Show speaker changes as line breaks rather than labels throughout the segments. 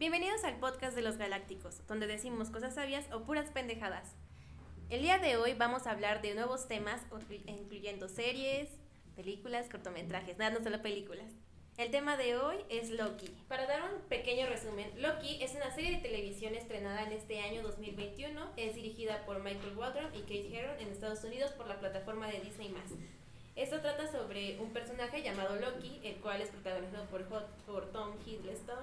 Bienvenidos al podcast de los Galácticos, donde decimos cosas sabias o puras pendejadas. El día de hoy vamos a hablar de nuevos temas, incluyendo series, películas, cortometrajes, nada, no solo películas. El tema de hoy es Loki. Para dar un pequeño resumen, Loki es una serie de televisión estrenada en este año 2021. Es dirigida por Michael Waldron y Kate Herron en Estados Unidos por la plataforma de Disney+. Esto trata sobre un personaje llamado Loki, el cual es protagonizado por, Hot, por Tom Hiddleston,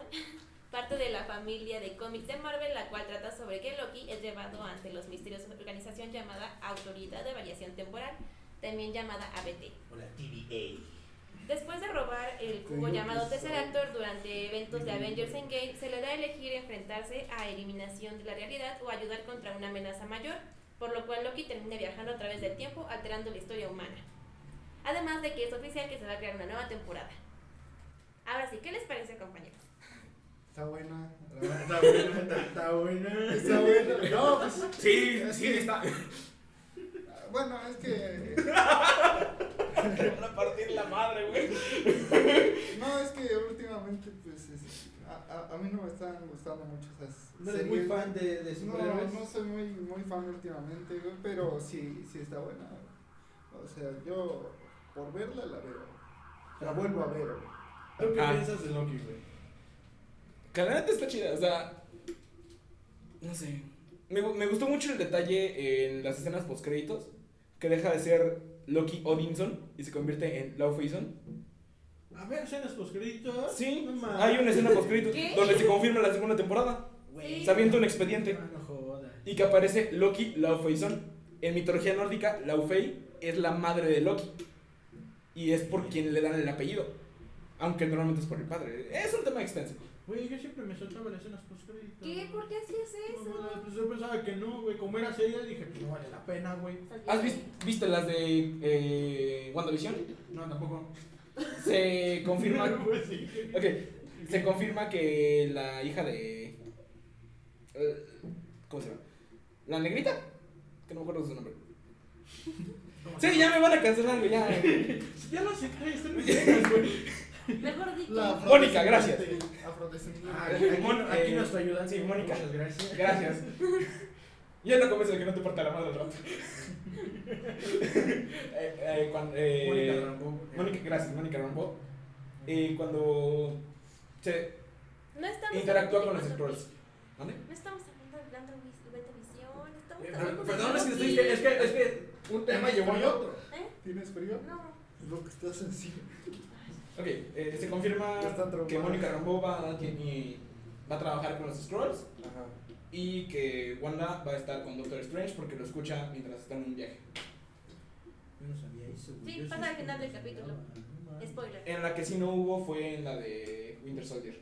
parte de la familia de cómics de Marvel, la cual trata sobre que Loki es llevado ante los misterios de una organización llamada Autoridad de Variación Temporal, también llamada ABT.
O la TVA.
Después de robar el cubo llamado Tesseract durante eventos de Avengers Endgame, se le da a elegir enfrentarse a eliminación de la realidad o ayudar contra una amenaza mayor, por lo cual Loki termina viajando a través del tiempo, alterando la historia humana. Además de que es oficial que se va a crear una nueva temporada. Ahora sí, ¿qué les parece, compañeros?
Está buena. la verdad.
Está buena, está, está buena.
Está buena. No, pues.
Sí, sí, está.
Bueno, es que.
Van a partir la madre, güey.
No, es que últimamente, pues. es- a, a- a mí no me están gustando mucho esas.
No eres
series,
muy
güey.
fan de, de
No,
superhéroes.
no soy muy, muy fan últimamente, güey, pero sí, sí está buena. güey. O sea, yo por verla la veo. La vuelvo a ver. güey.
¿Tú qué
Ah.
piensas de Loki, güey?
Que la neta está chida, o sea. No sé. Me, gu- me gustó mucho el detalle en las escenas postcréditos. Que deja de ser Loki Odinson y se convierte en Laufeyson.
A ver, escenas postcréditos.
Sí,
No mames.
hay una escena postcréditos
¿Qué?
donde se confirma la segunda temporada.
Güey.
Se avienta un expediente.
Ah, no jodas.
Y que aparece Loki Laufeyson. En mitología nórdica, Laufey es la madre de Loki. Y es por quien le dan el apellido. Aunque normalmente es por el padre. Es un tema extenso.
Güey, yo siempre me soltaba las escenas postcréditos.
¿Qué? ¿Por qué hacías
No,
eso?
Pues yo pensaba que no, güey. Como era serie, dije, pues no vale la pena, güey.
¿Has visto, viste las de eh, WandaVision?
No, tampoco.
Se confirma.
Pues sí.
Ok, se confirma que la hija de. eh, ¿Cómo se llama? La negrita. Que no me acuerdo su nombre. Sí, ya me van a cancelar, güey, ya.
Ya lo acepté, están mis escenas, güey.
Mejor dicho.
La
Mónica, gracias.
afrodescendiente- Afrodescendiente.
Ah, aquí,
Mon-
aquí
eh,
nos está ayudando.
sí, Mónica.
Muchas gracias.
Gracias. Y es la conversa de que no te importa la madre del rato. Eh, eh, cuan- eh,
Mónica Rambo.
Mónica, gracias, Mónica Rambo. Eh, cuando se
No estamos
interactúa con
hablando
los
de
scrolls. ¿Vale?
No estamos hablando de Blando Vis- Beta Visión, estamos
Eh,
hablando de
Perdón, es que, estoy,
Loki.
es, que, es que un tema llevó al otro.
¿Eh?
¿Tienes frío?
No.
Lo que estás encima.
Ok, eh, se confirma
Ya está traumado.
que Mónica Rambeau va, a- tiene- va a trabajar con los Scrolls
Ajá.
y que Wanda va a estar con Doctor Strange porque lo escucha mientras está en un viaje.
Yo no sabía eso, güey.
Sí,
Yo
pasa al
sí
final del
sabía,
capítulo.
no mames.
Spoiler.
En la que sí no hubo fue en la de Winter Soldier.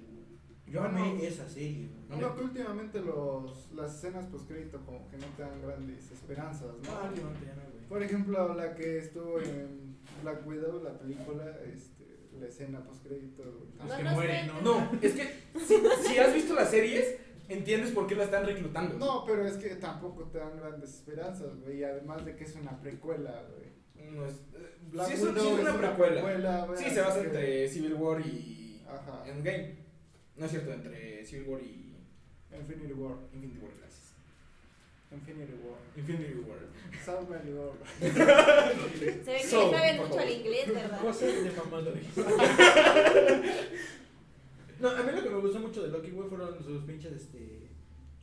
Yo
Bueno.
amé esa serie, güey.
No, que últimamente los, las escenas postcrédito como que no te dan grandes esperanzas, ¿no?
No, no, no, ya no, güey.
Por ejemplo, la que estuvo en Black Widow, la película, este, la escena postcrédito.
Los
No
que
nos
mueren,
cuentes.
No, es que si, si has visto las series, entiendes por qué la están reclutando.
No, pero es que tampoco te dan grandes esperanzas, güey. y Además de que es una precuela, güey.
No es, eh, sí es, un- sí es una precuela.
güey,
Sí, se basa
así que-
entre Civil War y
Ajá.
Endgame. No es cierto, entre Civil War y
Infinity War.
Infinity War, gracias.
Infinity War.
Infinity War.
Salvary War.
Se ve que
So,
le saben
por
mucho al
favor.
inglés, ¿verdad?
Cosas de mamadores. no, a mí lo que me gustó mucho de Loki, güey, fueron sus pinches este,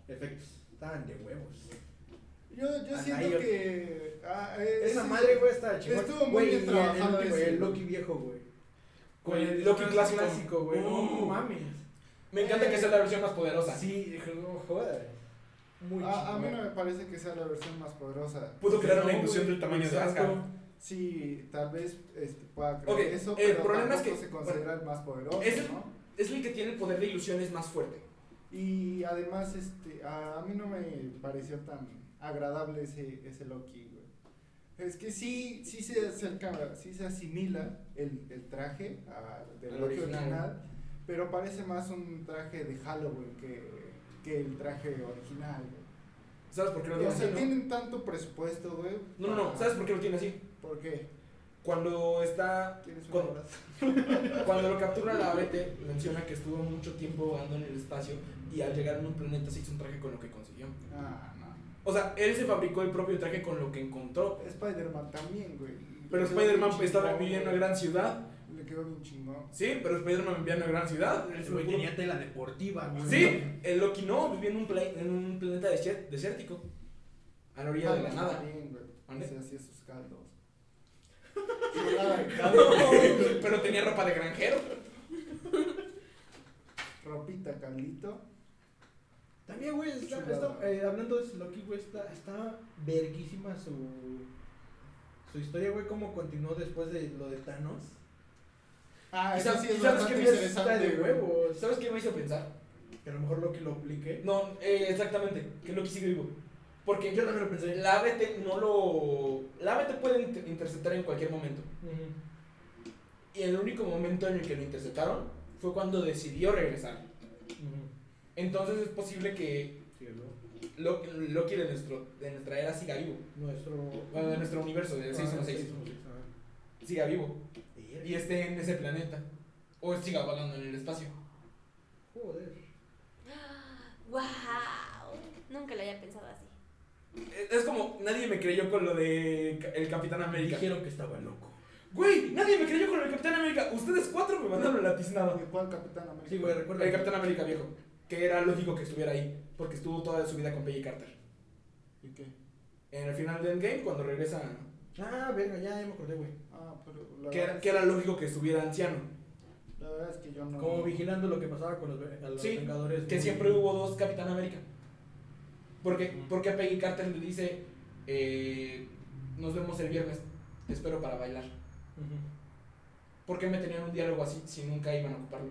efectos. Estaban de huevos.
Yo, yo
Ah,
siento
ahí yo-
que. ah, es-
Esa madre, güey, está chingón.
Estuvo muy
Güey,
bien
y
trabajado
El, el,
ese.
el Loki viejo, güey.
Con el Loki
disfraz
clásico.
güey.
Uh.
No mames.
Me encanta que sea la versión más poderosa.
Sí, dije, no jodas. Muy
A, a mí
chingón.
no me parece que sea la versión más poderosa.
Pudo crear
No,
una ilusión
güey,
del tamaño de
exacto.
Asgard.
Sí, tal vez este, pueda creer
Ok,
eso,
el
pero
problema es
tampoco
que-
se considera el más poderoso,
es el-
¿no?
Es el que tiene el poder de ilusiones más fuerte.
Y además, este, a, a mí no me pareció tan agradable ese, ese Loki, güey. Es que sí, sí se acerca, sí se asimila el, el traje a- del
Al
Loki
original.
original, pero parece más un traje de Halloween que, que el traje original, güey.
¿Sabes por qué lo
O
tiene así?
sea,
no?
tienen tanto presupuesto, güey.
No, no, no.
para-
¿Sabes por qué lo tiene así?
¿Por qué?
Cuando está.
¿Quieres un
Cuando,
abrazo?
cuando lo captura la ABT, menciona que estuvo mucho tiempo vagando en el espacio y al llegar a un planeta se hizo un traje con lo que consiguió.
Ah, no.
O sea, él se fabricó el propio traje con lo que encontró.
Spider-Man también, güey.
Pero
Le quedó bien
Spider-Man
chingón,
estaba viviendo en
güey.
una gran ciudad.
Le quedó bien chingón.
Sí, pero Spider-Man vivía en una gran ciudad. él se
Güey,
pudo-
tenía tela deportiva, güey.
Sí, el Loki no, vivía en un, pla- en un planeta desier- desértico. A la orilla de la
Ah,
nada. ¿Eh?
Bien, güey.
¿Ande?
Se hacía sus caldos. Chulada de caldo, güey.
pero tenía ropa de granjero.
Ropita, Carlito.
También, güey, está-
Chulada.
está- eh, hablando de Loki, güey, está, está verguísima su, su historia, güey, cómo continuó después de lo de Thanos.
Ah,
¿Y
eso
sabes-
sí
y
es
sabes
bastante
qué me
Está
interesante,
de
güey.
huevos.
¿Sabes qué me hizo pensar?
Que a lo mejor Loki lo aplique.
No, eh, exactamente, que Loki sigue vivo. Porque
Yo también lo pensé.
la ABT no lo. La ABT puede inter- interceptar en cualquier momento.
Ujú.
Y el único momento en el que lo interceptaron fue cuando decidió regresar.
Ujú.
Entonces es posible que
Sí, ¿no?
Lo- Loki de, nuestro, de nuestra era siga vivo.
Nuestro. ah,
Bueno, de Ah, nuestro universo, del 616. Siga vivo. Y
Y
esté en ese planeta. O siga vagando en el espacio.
Joder.
¡Wow! Nunca lo había pensado así.
Eh, Es como, nadie me creyó con lo de Ca- el Capitán América.
Dijeron que estaba loco.
Güey, nadie me creyó con lo del Capitán América. Ustedes cuatro me mandaron la tiznada.
¿De cuál Capitán América?
Sí, güey, recuerda.
El Capitán América viejo. Que era lógico que estuviera ahí. Porque estuvo toda su vida con Peggy Carter.
¿Y qué?
En el final de Endgame, cuando regresa.
Ah, verga, ya, ya me acordé, güey.
Ah, pero la
Que
verdad,
era, que era lógico que estuviera anciano.
la verdad es que yo no.
Como vigilando lo que pasaba con los, ve- a los
Sí,
Vengadores.
Que
güey.
siempre hubo dos Capitán América. Porque,
Ujú.
porque a Peggy Carter le dice, eh, nos vemos el viernes, te espero para bailar.
Ujú.
¿Por qué me tenían un diálogo así si nunca iban a ocuparlo?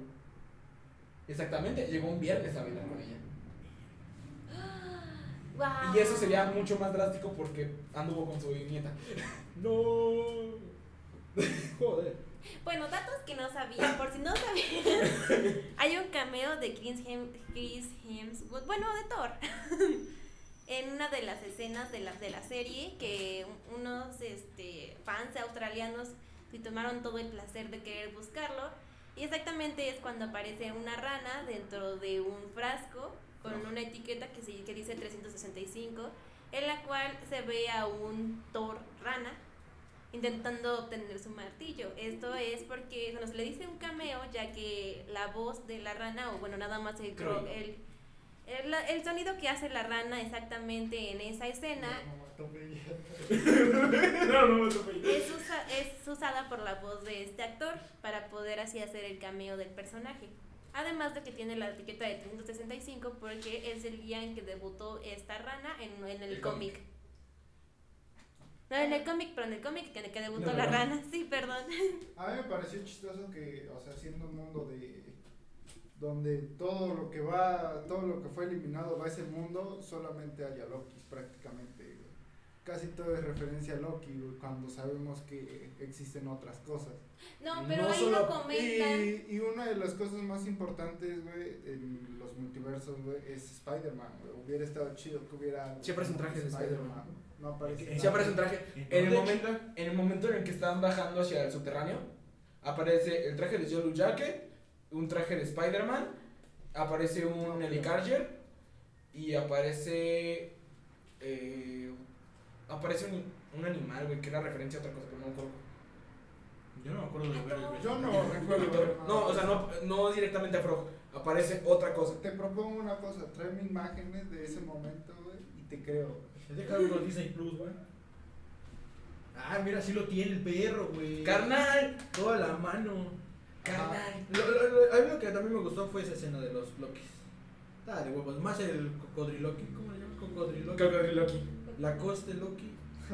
Exactamente, llegó un viernes a bailar con ella.
¡Wow!
Y eso sería mucho más drástico porque anduvo con su nieta.
No. Joder.
Bueno, datos que no sabía, por si no sabían. hay un cameo de Chris, Hem- Chris Hemsworth, bueno, de Thor, en una de las escenas de la, de la serie que un- unos este, fans australianos se tomaron todo el placer de querer buscarlo. Y exactamente es cuando aparece una rana dentro de un frasco con una etiqueta que, se- que dice 365, en la cual se ve a un Thor rana intentando obtener su martillo. Esto es porque bueno, se le dice un cameo, ya que la voz de la rana, o bueno, nada más el, cro-
Croy.
el, el, el sonido que hace la rana exactamente en esa escena
No, no,
es, usa- es usada por la voz de este actor para poder así hacer el cameo del personaje. Además de que tiene la etiqueta de 365 porque es el día en que debutó esta rana en, en el
El cómic.
cómic. No, en el cómic, pero en el cómic que, que debutó
No,
la
perdón.
rana, sí, perdón.
A mí me pareció chistoso que, o sea, siendo un mundo de donde todo lo que va, todo lo que fue eliminado va a ese mundo, solamente haya Loki prácticamente. güey. Casi todo es referencia a Loki güey, cuando sabemos que existen otras cosas.
No, pero
No
ahí
solo-
lo comentan.
Y, y una de las cosas más importantes, güey, en los multiversos, güey, es Spider-Man, güey. Hubiera estado chido que hubiera...
Sí aparece un traje de Spider-Man.
No aparece
Sí aparece un traje. En el,
¿Dónde
momento, en el momento en el que están bajando hacia el subterráneo, aparece el traje de Yellow Jacket, un traje de Spider-Man, aparece un Helicarger y aparece. eh, aparece un, un animal, güey, que era referencia a otra cosa, pero no me acuerdo.
Yo no me acuerdo de ver el
Yo no recuerdo ver nada.
No, o sea, no, no directamente a Frog, aparece otra cosa.
Te propongo una cosa, tráeme imágenes de ese momento, güey, y te creo. güey.
Deja uno Disney Plus, güey. Ah, mira, sí lo tiene el perro, güey.
¡Carnal!
Toda la mano.
Ah. ¡Carnal!
Lo, lo- lo- a mí lo que también me gustó fue esa escena de los Lokis. Estaba de huevos. Más el cocodriloqui. ¿Cómo le llaman? Cocodriloqui.
Cocodriloqui.
La coste Loki.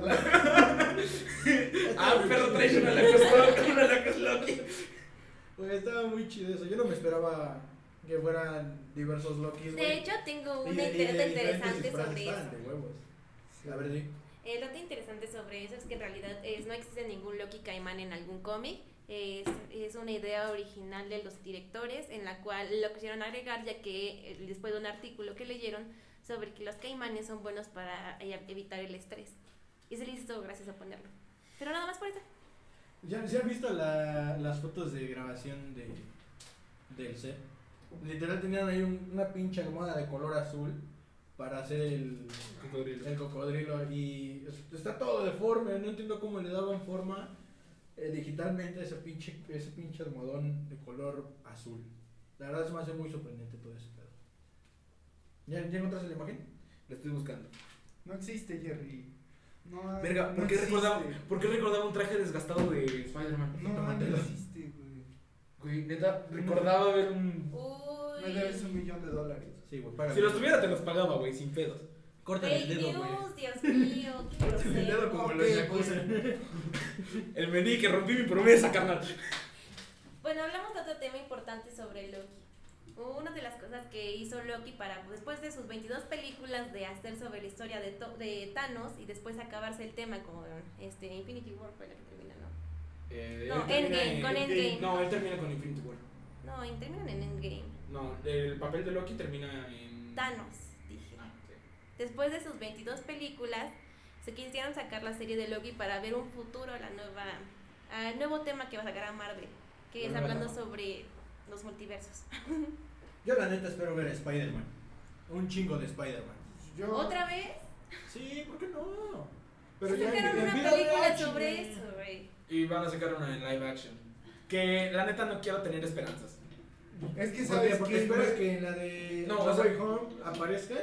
Ah, perro trae una lacos- una lacos Loki.
Güey, estaba muy chido eso. Yo no me esperaba que fueran diversos Lokis, güey.
De hecho, tengo
Y
un
de- y de
dato
diferentes
interesante
disfraces
sobre
estaban
eso.
de huevos.
Sí.
A ver, di.
El dato interesante sobre eso es que en realidad es, no existe ningún Loki Caimán en algún cómic. Es, es una idea original de los directores en la cual lo quisieron agregar ya que eh, después de un artículo que leyeron sobre que los caimanes son buenos para eh, evitar el estrés. Y se les hizo gracias a ponerlo. Pero nada más por eso.
¿Ya, ya han visto la- las fotos de grabación de, del set? Literal tenían ahí un- una pinche almohada de color azul para hacer el,
Cocodrilo.
el cocodrilo y es- está todo deforme, no entiendo cómo le daban forma eh, digitalmente a ese pinche, ese pinche almohadón de color azul. La verdad se me hace muy sorprendente todo ese pedo. ¿Ya, ya encontraste la imagen?
La estoy buscando.
No existe, Jerry. No,
Verga,
no
¿por qué,
existe.
recordaba, ¿por qué recordaba un traje desgastado de Spider-Man?
No, no
Tómatelo.
existe, güey.
Güey, neta, recordaba ver un.
Me debes un
Uy.
millón de dólares.
Sí, güey, págame.
Si los tuviera, te los pagaba, güey, sin pedos.
Córtale el
Fake
dedo, güey.
news, Dios mío, qué
El dedo
grosero.
como los
Ok,
yakuza.
El meñique, rompí mi promesa, carnal.
Bueno, hablamos de otro tema importante sobre Loki. Una de las cosas que hizo Loki para, después de sus 22 películas de hacer sobre la historia de, To- de Thanos y después acabarse el tema con este, Infinity War, fue la que termina, ¿no?
Eh,
No,
él termina
Endgame,
en-
con Endgame.
No, él termina con Infinity War.
No, y terminan en Endgame.
No, el papel de Loki termina en.
Thanos, dije.
Mm. Ah, sí.
Después de sus 22 películas, se quisieron sacar la serie de Loki para ver un futuro, la nueva, ah, el nuevo tema que va a sacar a Marvel, que es
La nueva
hablando
etapa.
sobre los multiversos.
Yo la neta espero ver Spider-Man. Un chingo de Spider-Man.
Yo,
¿Otra vez?
Sí, ¿por qué no?
Sí sacaron
en
una
vida
película
real,
sobre
chingue.
eso, güey.
Y van a sacar una en live action. Que la neta no quiero tener esperanzas.
Es que
Porque,
sabes
porque
que,
esperas
güey,
que en la de
No,
No,
o sea-
Way Home aparezca.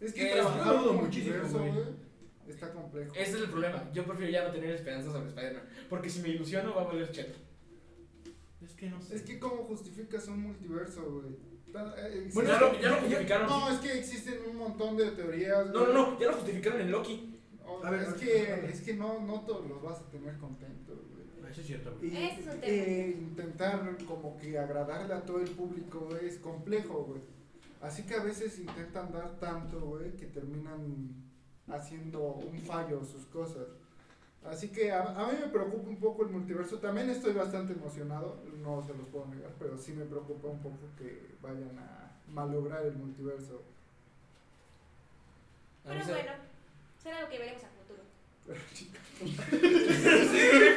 es
Eh,
que
yo
trabajar
dudo
con
muchísimo,
multiverso,
güey.
güey, está complejo.
Ese es el problema. Yo prefiero ya no tener esperanzas sobre Spider-Man. Porque si me ilusiono, va a valer cheto.
Es que no sé.
Es que cómo justificas un multiverso, güey. Ta- eh, existe-
ya, lo, ya lo justificaron.
No, es que existen un montón de teorías.
No, no,
güey.
no, ya lo justificaron en Loki.
O-
A ver,
es
a ver,
que,
a ver.
es que no, no todos los vas a tener contentos, güey.
Eso es cierto, güey.
Y,
Ese es un tema.
eh, intentar como que agradarle a todo el público güey, es complejo, güey. Así que a veces intentan dar tanto, güey, que terminan haciendo un fallo sus cosas. Así que a, a mí me preocupa un poco el multiverso. También estoy bastante emocionado, no se los puedo negar, pero sí me preocupa un poco que vayan a malograr el multiverso.
A mí
Pero
se-
bueno, será algo que veremos a futuro.
Pues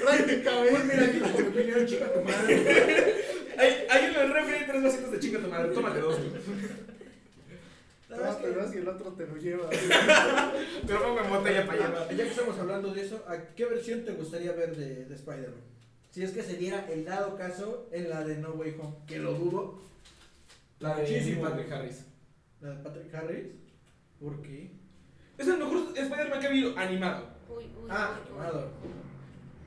Prácticamente. Mira aquí como opinión, chica tu madre.
Hay, hay en el refri tres vasitos de chinga tu madre. Tómate dos. güey.
¿Sabes
Tómate dos
qué?
y el otro te lo lleva.
Pero póngame botella para allá.
Ya que estamos hablando de eso, ¿a qué versión te gustaría ver de, de Spider-Man? Si es que se diera el dado caso en la de No Way Home, que lo dudo.
La de
Muchísimo.
Patrick Harris.
La de Patrick Harris. ¿Por qué?
Es el mejor Spider-Man que ha habido animado.
Uy, uy,
Ah,
uy, uy.
animador.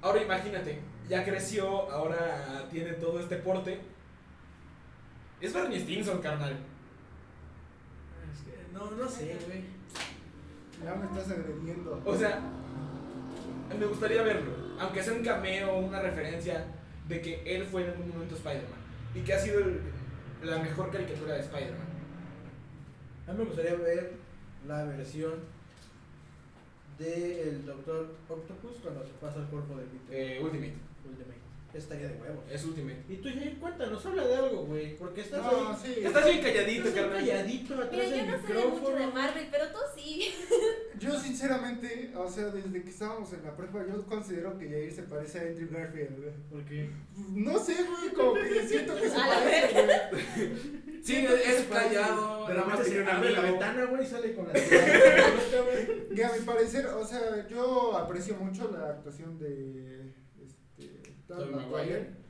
Ahora imagínate, ya creció, ahora tiene todo este porte. Es Barney Stinson, carnal.
Es que No, no sé, güey.
Ya me estás agrediendo.
O sea, me gustaría verlo. Aunque sea un cameo, una referencia de que él fue en algún momento Spider-Man. Y que ha sido el- la mejor caricatura de Spider-Man.
A mí me gustaría ver la versión del Doctor Octopus cuando se pasa el cuerpo de Peter.
Eh, Ultimate.
Ultimate. Estaría de huevos.
Es Ultimate.
Y tú, Jay, cuéntanos, habla de algo, güey. Porque estás
No,
ahí.
sí.
Estás bien calladito,
Estás ahí
carnal.
calladito atrás
Mira, yo
del
no sé de
micrófono.
mucho de Marvel, pero tú sí.
Yo sinceramente, o sea, desde que estábamos en la prepa, yo considero que Jair se parece a Andrew Garfield, güey.
¿Por qué?
No sé, güey, como que siento que se
A la
parece, güey.
Sí, es callado.
Pero
nada más
más
tiene
se
un
abre la
amigo.
ventana, güey, y sale con la tirada.
Que a mi parecer, o sea, yo aprecio mucho la actuación de este
Tobey Maguire.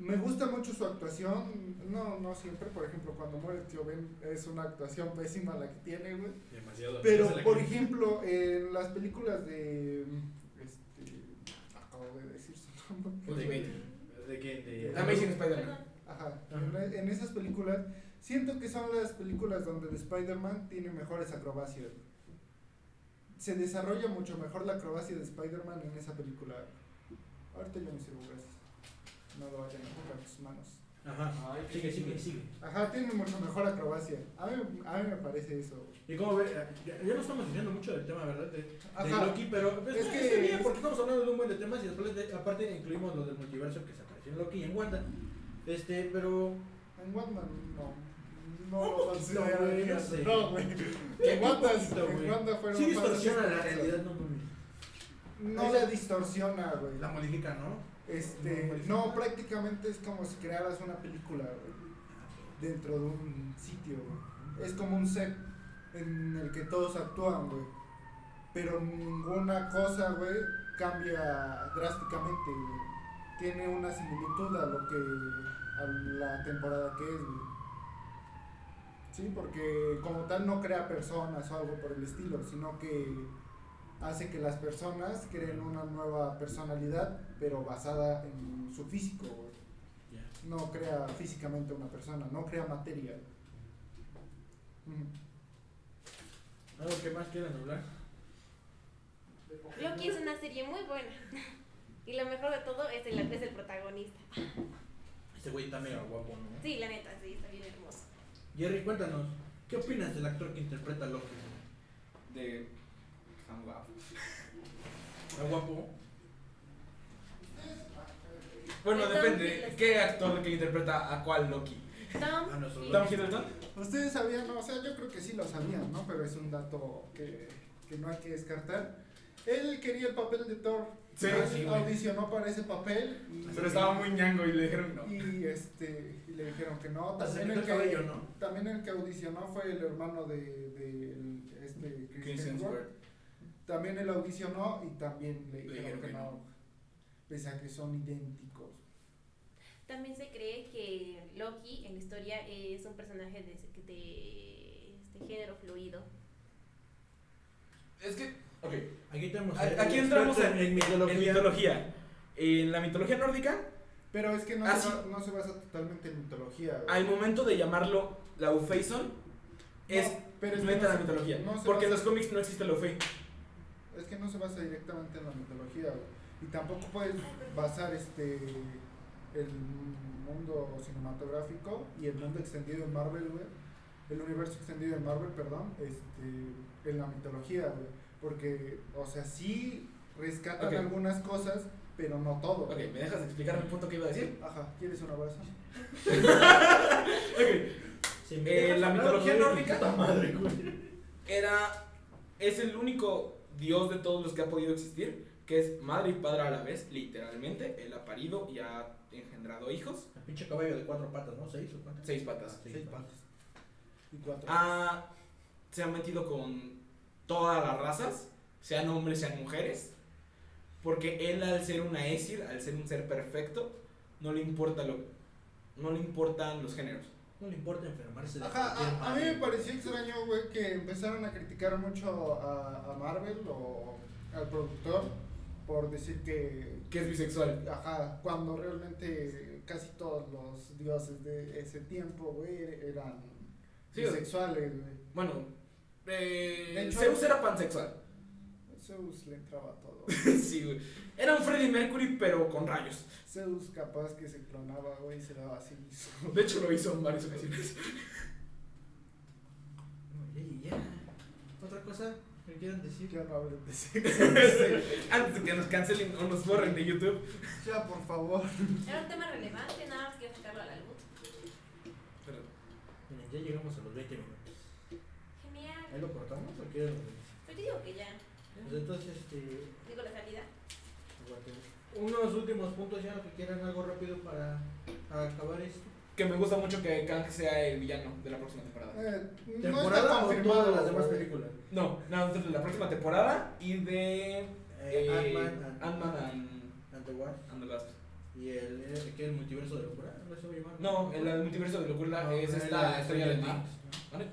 Me gusta mucho su actuación, no, no siempre, por ejemplo, cuando muere el tío Ben es una actuación pésima la que tiene, güey.
Demasiado.
Pero,
Esa es la
por
que-
ejemplo, en las películas de. Este, acabo de decir su nombre.
Ultimate.
¿De quién? De...
Amazing Spider-Man.
Perdón.
Ajá,
Ajá.
En, en esas películas, siento que son las películas donde el Spider-Man tiene mejores acrobacias. Se desarrolla mucho mejor la acrobacia de Spider-Man en esa película. Ahorita yo me sirvo, gracias. No lo vayan a tocar tus manos.
Ajá.
Ay, qué
Sigue, sigue,
lindo.
sigue.
Ajá, tiene mucho mejor acrobacia. A mí, a mí me parece eso.
¿Y cómo ves? Ya, ya no estamos diciendo mucho del tema, ¿verdad? De, de
Ajá.
Loki, pero pues,
Es
está-
que-
está bien, porque estamos hablando de un buen de temas y después, de- aparte, incluimos lo del multiverso que se apareció en Loki y en Wanda. Este, pero.
En Wanda no. No lo
poquito,
considero
güey,
eso.
no sé.
No, güey. En Wanda,
poquito,
en
güey.
Wanda fueron
Sí,
varios
distorsiona la
cosas.
realidad, no mames.
no la distorsiona, güey.
La modifica, ¿no?
Este, no, prácticamente es como si crearas una película, güey, dentro de un sitio, güey. Es como un set en el que todos actúan, güey. Pero ninguna cosa, güey, cambia drásticamente, güey. Tiene una similitud a lo que a la temporada que es, güey. Sí, porque como tal no crea personas o algo por el estilo, sino que hace que las personas creen una nueva personalidad, pero basada en su físico, güey.
Ya.
No crea físicamente una persona, no crea materia. Ujú.
¿Algo que más quieran hablar?
Loki es una serie muy buena. Y lo mejor de todo es el, es el protagonista.
Este güey está mega guapo, ¿no?
Sí, la neta, sí, está bien hermoso.
Jerry, cuéntanos, ¿qué opinas del actor que interpreta a Loki?
De. San guapo.
¿Está guapo?
Bueno,
De Tom
depende.
Hiddleston.
¿Qué actor que interpreta a cuál Loki?
Ah,
Tom, eh,
no, solo-
¿Tom Hiddleston?
Ustedes sabían, no, o sea, yo creo que sí lo sabían, ¿no? Pero es un dato que, que no hay que descartar. Él quería el papel de Thor.
Sí,
Él
sí, güey.
audicionó para ese papel. y-
Pero estaba muy ñango y le dijeron no.
Y, este, y le dijeron que no.
Hasta se
También
quitó
el
el
que,
cabello, ¿no?
también el que audicionó fue el hermano de, de el- este, Chris
Chris
Hemsworth.
Hemsworth.
También él audicionó y también le
Le
dijeron que,
dijeron que
no. Pese a que son idénticos.
también se cree que Loki en la historia es un personaje de, de este género fluido.
Es que. Ok.
Aquí tenemos.
A-
al
aquí entramos
experto
en-
mitología.
En mitología. En la mitología nórdica
Pero es que no,
Ah,
se,
sí.
ba- no se basa totalmente en mitología. güey.
al momento de llamarlo Laufeyson
No,
es
pero es que
neta
no
la
se-
mitología.
no se
porque en los
basa-
cómics no existe Laufey.
Es que no se basa directamente en la mitología, güey. Y tampoco puedes basar este el mundo cinematográfico y el mundo extendido en Marvel, güey. El universo extendido en Marvel, perdón, este, en la mitología, güey. Porque, o sea, sí rescatan
Ok.
algunas cosas, pero no todo.
Ok, ¿me dejas explicar el punto que iba a decir?
Ajá, ¿quieres un abrazo?
Ok.
Si me
Eh,
dejas
la
hablar,
mitología
güey,
nórdica.
puta madre, güey.
Era. Es el único dios de todos los que ha podido existir. Que es madre y padre a la vez, literalmente. Él ha parido y ha engendrado hijos.
El pinche caballo de cuatro patas, ¿no? ¿Seis o cuántas?
Seis patas.
Seis,
Seis
patas.
Y cuatro.
Ah, ha- se ha metido con todas las razas, sean hombres, sean mujeres, porque él al ser una Esir, al ser un ser perfecto, no le importa lo no le importan los géneros.
No le importa enfermarse de
Ajá,
cualquier
a, a mí
madre.
me pareció extraño, güey, que empezaron a criticar mucho a, a Marvel o al productor por decir que,
Que es bisexual.
ajá, cuando realmente casi todos los dioses de ese tiempo, güey, er, eran
Sí,
bisexuales, güey.
Bueno, eh,
De hecho-
Zeus era pansexual.
Zeus le entraba a todo.
sí, güey. Era un Freddie Mercury pero con rayos.
Zeus capaz que se clonaba, güey, y se daba a sí mismo.
De hecho lo hizo en varias ocasiones.
No, y ya. ¿Otra cosa que quieran decir?
Ya no hablen de sexo.
Antes de que nos cancelen o nos borren de YouTube.
ya, por favor.
Era un tema relevante, nada más quiero sacarlo a la luz.
Pero,
Miren, ya llegamos a los 20 minutos. ¿Ahí
Genial.
lo cortamos o qué?
Pues yo digo que ya,
Pues entonces, este.
digo la salida.
aguante. Unos últimos puntos ya, que quieran algo rápido para, para acabar esto.
que me gusta mucho que Kang sea el villano de la próxima temporada.
Eh,
¿Temporada o todas las demás
güey.
películas?
No, nada más de la próxima temporada y de
Eh,
eh,
Ant-Man and-
Ant-Man and,
And the Wasp.
and the Wasp.
¿Y el, el, qué, el multiverso de locura? ¿Lo se va a llamar?
No, el, el multiverso de locura es esta estrella del mar. ¿Vale?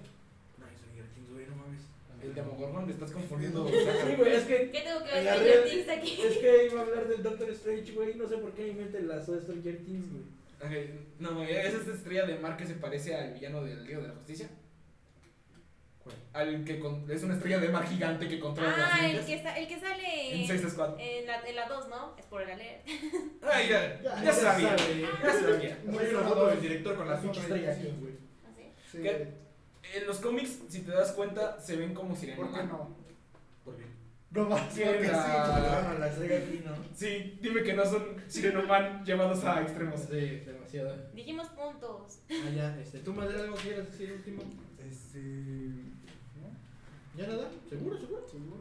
No, es Stranger Things, güey, no mames.
El Demogorgon, le estás confundiendo.
Sí, güey, es que.
¿Qué tengo que
en la
ver Stranger
red-
Things aquí?
Es que iba a hablar del Doctor Strange, güey. No sé por qué mi mente enlazó a Stranger Things, güey.
Ok, no, es esta estrella de mar que se parece al villano del Río de la Justicia.
¿Cuál?
Al que con- es una estrella de mar gigante que controla las
Ah, el
ninjas
que, sa- el que sale
en
en,
6 Squad.
en la, en la 2, ¿no? Spoiler alert.
Ay, Ah, ya, ya, se sabía. Ya se sabía.
Hay una foto del director con la pinche estrella aquí, güey.
¿Ah, sí?
Sí,
¿Qué? En los cómics, si te das cuenta, se ven como sirenas.
¿por qué no?
¿Por qué?
No más
Sí, la-
Ah, la estrella aquí, ¿no?
Sí, dime que no son Sirenoman llevados a extremos.
Sí, demasiado.
Dijimos puntos.
Ah, ya, este. ¿Tú, madre, algo quieras decir último?
Este. ¿No?
¿Ya nada? ¿Seguro, seguro?
¿Seguro?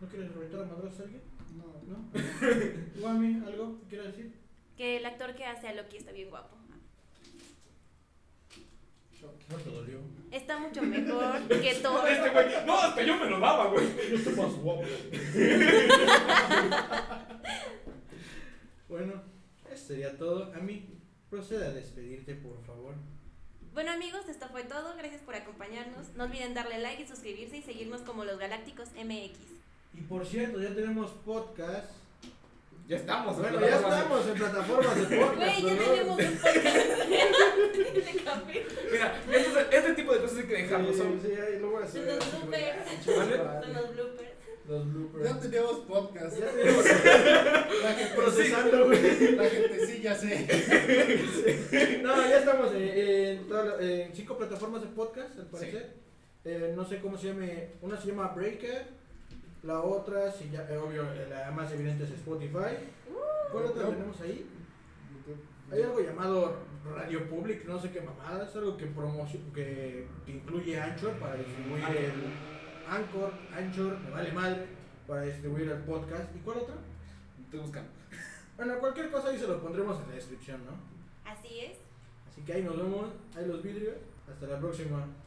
¿No quieres reventar a madrazos a alguien?
No,
¿No? Guami, ¿algo que quieras decir?
Que el actor que hace a Loki está bien guapo.
No te dolió.
Está mucho mejor que todo.
Este güey, no, hasta yo me lo daba, güey.
Yo estoy más guapo. bueno, eso sería todo. A mí, procede a despedirte, por favor.
Bueno amigos, esto fue todo. Gracias por acompañarnos. No olviden darle like y suscribirse y seguirnos como los Galácticos MX.
Y por cierto, ya tenemos podcast.
Ya estamos,
Bueno,
güey.
ya estamos en plataformas de podcast.
Güey, ya
¿verdad?
tenemos un podcast de café.
Mira, este, este tipo de cosas hay que dejarlo.
Sí,
Son,
sí, ahí lo voy a hacer.
Los
así, güey.
bloopers.
Chale.
Son los bloopers.
Los bloopers.
Ya teníamos podcast.
Ya tenemos
La gente,
procesando, güey.
sí, la gente sí, ya sé.
No, ya estamos eh, en, todas las- en cinco plataformas de podcast, al parecer. Eh, no sé cómo se llame. Una se llama Breaker. La otra, se llama, obvio, eh, la más evidente es Spotify. ¿Cuál otra
No.
tenemos ahí? Hay algo llamado Radio Public, no sé qué mamada. Es algo que promocio- que, que incluye Anchor para distribuir el Anchor, Anchor, me vale mal, para distribuir el podcast. ¿Y cuál otra?
te buscan.
Bueno, cualquier cosa ahí se lo pondremos en la descripción, ¿no?
Así es.
Así que ahí nos vemos, ahí los vidrios. Hasta la próxima.